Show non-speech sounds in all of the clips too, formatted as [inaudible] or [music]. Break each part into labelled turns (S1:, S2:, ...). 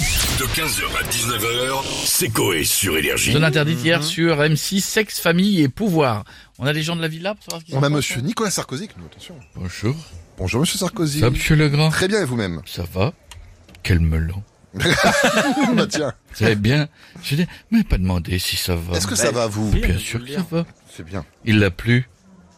S1: De 15h à 19h, c'est Coé sur Énergie.
S2: Zone interdite
S3: Mhm.
S2: hier sur M6, sexe, famille et pouvoir. On a les gens de la villa pour savoir ce qu'ils en
S3: On a
S2: pensent,
S3: monsieur Nicolas Sarkozy avec nous, attention.
S4: Bonjour,
S3: Bonjour monsieur Sarkozy.
S4: ça va, monsieur Legrand
S3: Très bien et vous-même
S4: Ça va Quel melon.
S3: Bah tiens,
S4: Vous allez bien Je dis, mais pas demandé si ça va.
S3: est-ce que ça va vous
S4: Bien sûr que ça va.
S3: C'est bien.
S4: Il a plu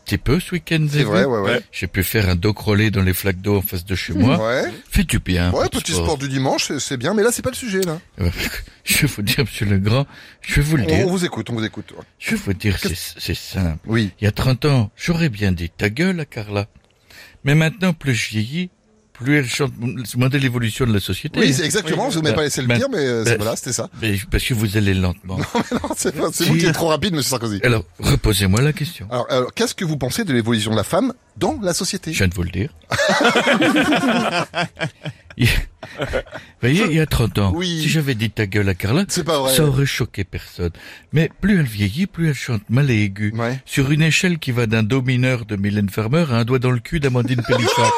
S4: petit peu ce week-end.
S3: C'est vrai, ouais, ouais.
S4: J'ai pu faire un dos crawlé dans les flaques d'eau en face de chez moi.
S3: Ouais,
S4: Fait du bien. un
S3: ouais,
S4: peu de
S3: petit sport du dimanche, c'est- c'est bien, mais là c'est pas le sujet là.
S4: Euh, [laughs] Je vais vous dire, monsieur Legrand, je vais vous le
S3: On, on
S4: dire.
S3: vous écoute, on vous écoute.
S4: Je vais vous dire, c'est c'est simple.
S3: Oui.
S4: Il y a 30 ans, j'aurais bien dit ta gueule à Carla. Mais maintenant, plus je vieillis, plus elle chante, c'est moins de l'évolution de la société.
S3: Oui, c'est exactement, vous m'avez
S4: Bah,
S3: pas laissé le
S4: bah,
S3: dire, mais euh, c'est-
S4: bah,
S3: voilà, c'était ça. [laughs]
S4: Mais parce que vous allez lentement.
S3: Non, c'est pas- c'est vous qui êtes trop rapide monsieur Sarkozy.
S4: Alors, reposez-moi la question.
S3: Alors, alors, qu'est-ce que vous pensez de l'évolution de la femme dans la société
S4: Je viens de vous le
S3: [laughs]
S4: dire. Il- vous voyez, il y a 30 ans,
S3: Oui.
S4: si j'avais dit ta gueule à Carla,
S3: C'est pas vrai.
S4: ça aurait choqué personne. Mais plus elle vieillit, plus elle chante mal et aiguë.
S3: Ouais.
S4: Sur une échelle qui va d'un do mineur de Mylène Farmer à un doigt dans le cul d'Amandine
S3: [laughs]
S4: Pélissard.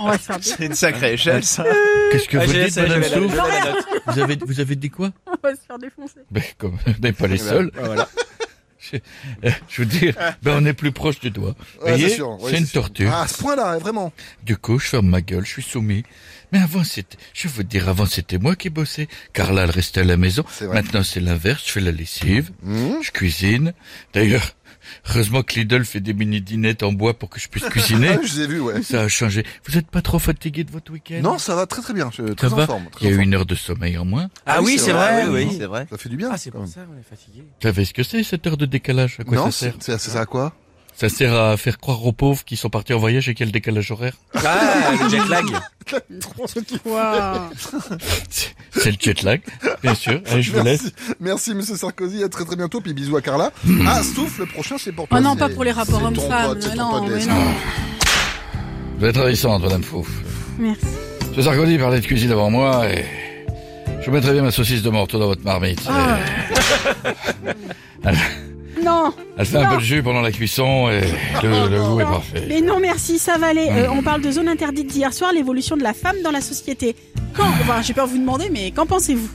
S5: On va se faire
S6: C'est une sacrée échelle, ça.
S4: Qu'est-ce que
S6: Ah,
S4: vous
S6: j'ai-
S4: dites,
S6: ça, j'avais
S4: Madame
S6: la-
S4: Sou
S6: j'avais la note.
S4: vous avez, vous avez dit quoi
S5: [laughs] on va se faire défoncer.
S4: Ben, comme on n'est pas les
S3: Ah,
S4: seuls, euh, [laughs] je veux dire, ben, on est plus proche du doigt.
S3: Ouais,
S4: Voyez,
S3: c'est sûr, ouais, c'est
S4: une
S3: sûr.
S4: torture.
S3: Ah, à ce point-là, vraiment.
S4: Du coup, je ferme ma gueule, je suis soumis. Mais avant, c'était, je veux dire, avant, c'était moi qui bossais. Carla, elle restait à la maison.
S3: C'est vrai.
S4: Maintenant, c'est l'inverse. Je fais la lessive.
S3: Mmh.
S4: Je cuisine. D'ailleurs, heureusement que Lidl fait des mini dinettes en bois pour que je puisse cuisiner.
S3: [laughs] Ah, je vous ai vu, ouais.
S4: Ça a changé. Vous êtes pas trop fatigué de votre week-end?
S3: Non, ça va très très bien, je suis
S4: Ça
S3: très en
S4: va
S3: forme. très
S4: Il y a
S3: en
S4: eu
S3: forme.
S4: une heure de sommeil en moins.
S6: Ah oui, c'est vrai, oui,
S3: oui.
S6: c'est vrai.
S3: Ça fait du bien.
S6: Ah, c'est
S3: quand
S6: pour
S3: même.
S6: ça on est fatigué.
S4: Vous savez ce que c'est, cette heure de décalage? À quoi
S3: Non,
S4: ça sert?
S3: c'est c'est- ça sert
S4: [laughs]
S3: à quoi
S4: Ça sert à faire croire aux pauvres qui sont partis en voyage et qu'il y a le décalage horaire.
S6: Ah, le jet lag.
S5: Waouh.
S4: C'est le jet lag, bien sûr. Allez, je vous laisse.
S3: Merci. Merci, monsieur Sarkozy. À très très bientôt. Puis bisous à Carla.
S4: Hmm.
S3: Ah, souffle, le prochain, c'est pour toi.
S5: Oh non,
S3: C'est-
S5: pas pour les rapports
S3: c'est ton
S5: hommes-femmes.
S3: pote, c'est ton
S5: Non,
S3: pote,
S5: mais
S3: laisse.
S5: non.
S4: Vous êtes ravissante, madame Fouf.
S5: Merci.
S4: Ce Sarkozy parlait de cuisine avant moi et je mettrais bien ma saucisse de morteau dans votre marmite.
S5: Ah. non,
S4: Et Elle fait un peu de jus pendant la cuisson et le, le goût est parfait.
S5: mais non, merci, ça va aller. Euh, on parle de zone interdite d'hier soir, l'évolution de la femme dans la société. Quand enfin, J'ai peur de vous demander, mais qu'en pensez-vous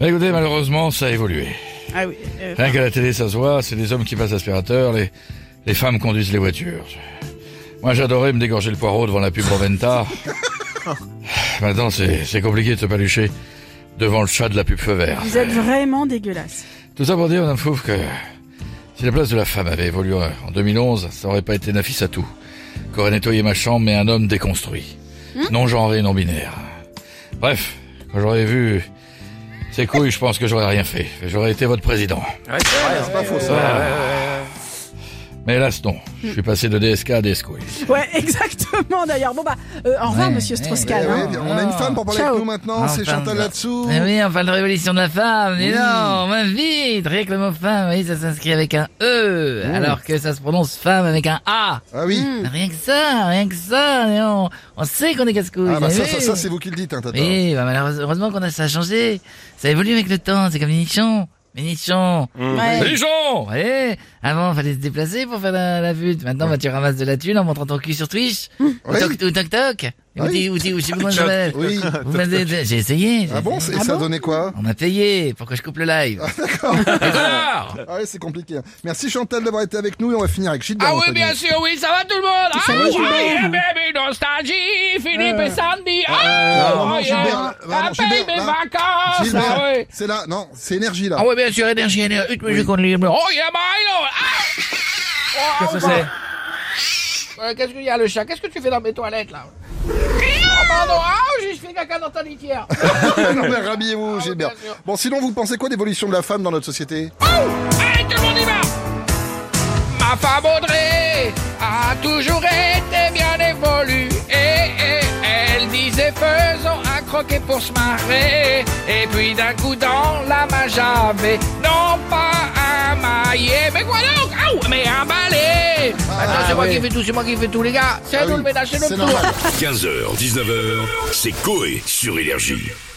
S4: Écoutez, malheureusement, ça a évolué.
S5: Ah oui. euh,
S4: Rien qu'à la télé, ça se voit, c'est les hommes qui passent aspirateur, les, les femmes conduisent les voitures. Moi, j'adorais me dégorger le poireau devant la pub
S5: [laughs]
S4: Roventa. Maintenant, c'est c'est compliqué de se palucher devant le chat de la pub feu vert.
S5: vous êtes vraiment dégueulasse.
S4: Tout ça pour dire, Madame Fouf, que si la place de la femme avait évolué en 2011, ça aurait pas été Nafis à tout. Qu'aurait nettoyé ma chambre, mais un homme déconstruit.
S5: Hmm
S4: non genré, non binaire. Bref, quand j'aurais vu ces couilles, je pense que j'aurais rien fait. J'aurais été votre président.
S6: Ouais, c'est vrai, c'est pas faux, ça.
S5: Ah,
S4: Mais hélas, non. Je suis passé de DSK à DSCouille.
S5: Ouais, [laughs] exactement d'ailleurs. Bon bah, euh, au revoir,
S2: Ouais,
S5: monsieur
S2: ouais,
S3: Eh
S5: Strauss-Kahn. hein.
S3: oui, on a une femme pour parler
S5: Ciao.
S3: avec nous maintenant.
S2: Enfin,
S3: C'est Chantal
S2: bah.
S3: là-dessous.
S2: Eh oui, enfin, la révolution de la femme, mais non, ma vite, rien que le mot femme, oui, ça s'inscrit avec un E, alors que ça se prononce femme avec un A.
S3: Ah oui.
S5: Hmm.
S2: Rien que ça, rien que ça, mais on, on sait qu'on est casse-couilles.
S3: Ah bah
S2: vous
S3: ça,
S5: Eh
S2: avez
S3: ça,
S2: vu
S3: ça, c'est vous qui le dites, hein, Tata.
S2: Oui, bah, malheureusement qu'on a ça a changé, ça évolue avec le temps, c'est comme les nichons, les nichons.
S5: Ouais.
S4: Les gens
S2: Ouais, avant fallait se déplacer pour faire la, la pute. Maintenant, bah, tu ramasses de la thune en montrant ton cul sur Twitch. Ou
S3: Oui.
S2: toc ou toc toc. Ou
S3: Oui.
S2: t'es- ou t'es- ou je sais plus comment ça
S6: Toc.
S2: s'appelle.
S3: Oui.
S2: Vous m'avez- J'ai essayé. j'ai
S3: Ah bon,
S2: essayé.
S3: c'est-
S5: Ah
S3: ça
S5: bon
S3: donnait quoi
S2: On m'a payé pour que je coupe le live.
S7: [laughs]
S2: D'accord.
S3: Ah ouais, c'est compliqué. Merci Chantal d'avoir été avec nous et on va finir avec Gilles.
S7: Ah
S3: dans
S7: oui,
S3: notre
S7: bien
S3: gueule.
S7: sûr, oui, ça va tout le monde.
S5: Ça va,
S7: Ah,
S5: Gilbert Euh.
S7: yeah, baby, ben, nostalgie, Philippe et Sandy. Ah,
S3: non, non,
S7: ah,
S3: Gilbert,
S7: yeah.
S3: non, non,
S7: Ah,
S3: Gilbert,
S7: baby,
S3: non.
S7: vacances.
S3: Gilbert,
S7: Ah, ouais.
S3: c'est là, non, c'est énergie là.
S2: Ah ouais, bien sûr, énergie, énergie, je compte les
S7: Oh, yeah, Milo. Ah. Qu'est-ce que c'est Qu'est-ce qu'il y a, le chat Qu'est-ce que tu fais dans mes toilettes, là Oh, pardon. Ah, j'ai fait caca dans ta litière.
S3: non mais rhabillez-vous, Gilbert.
S7: Ah, bien sûr.
S3: Bon, sinon, vous pensez quoi d'évolution de la femme dans notre société
S7: Allez, tout le monde y va Ma femme Audrey a toujours été bien évolue. Et, et elle disait faisons un croquet pour se marrer. Et puis d'un coup dans la main j'avais non pas un maillet, mais quoi donc Aou, Mais un balai Attends, c'est moi qui fais tout, c'est moi qui fais tout les gars. C'est
S3: Ah
S7: nous
S3: oui,
S7: le ménage, c'est nous
S3: C'est
S7: le tour.
S3: normal.
S1: 15h, 19h, c'est Coé sur Énergie.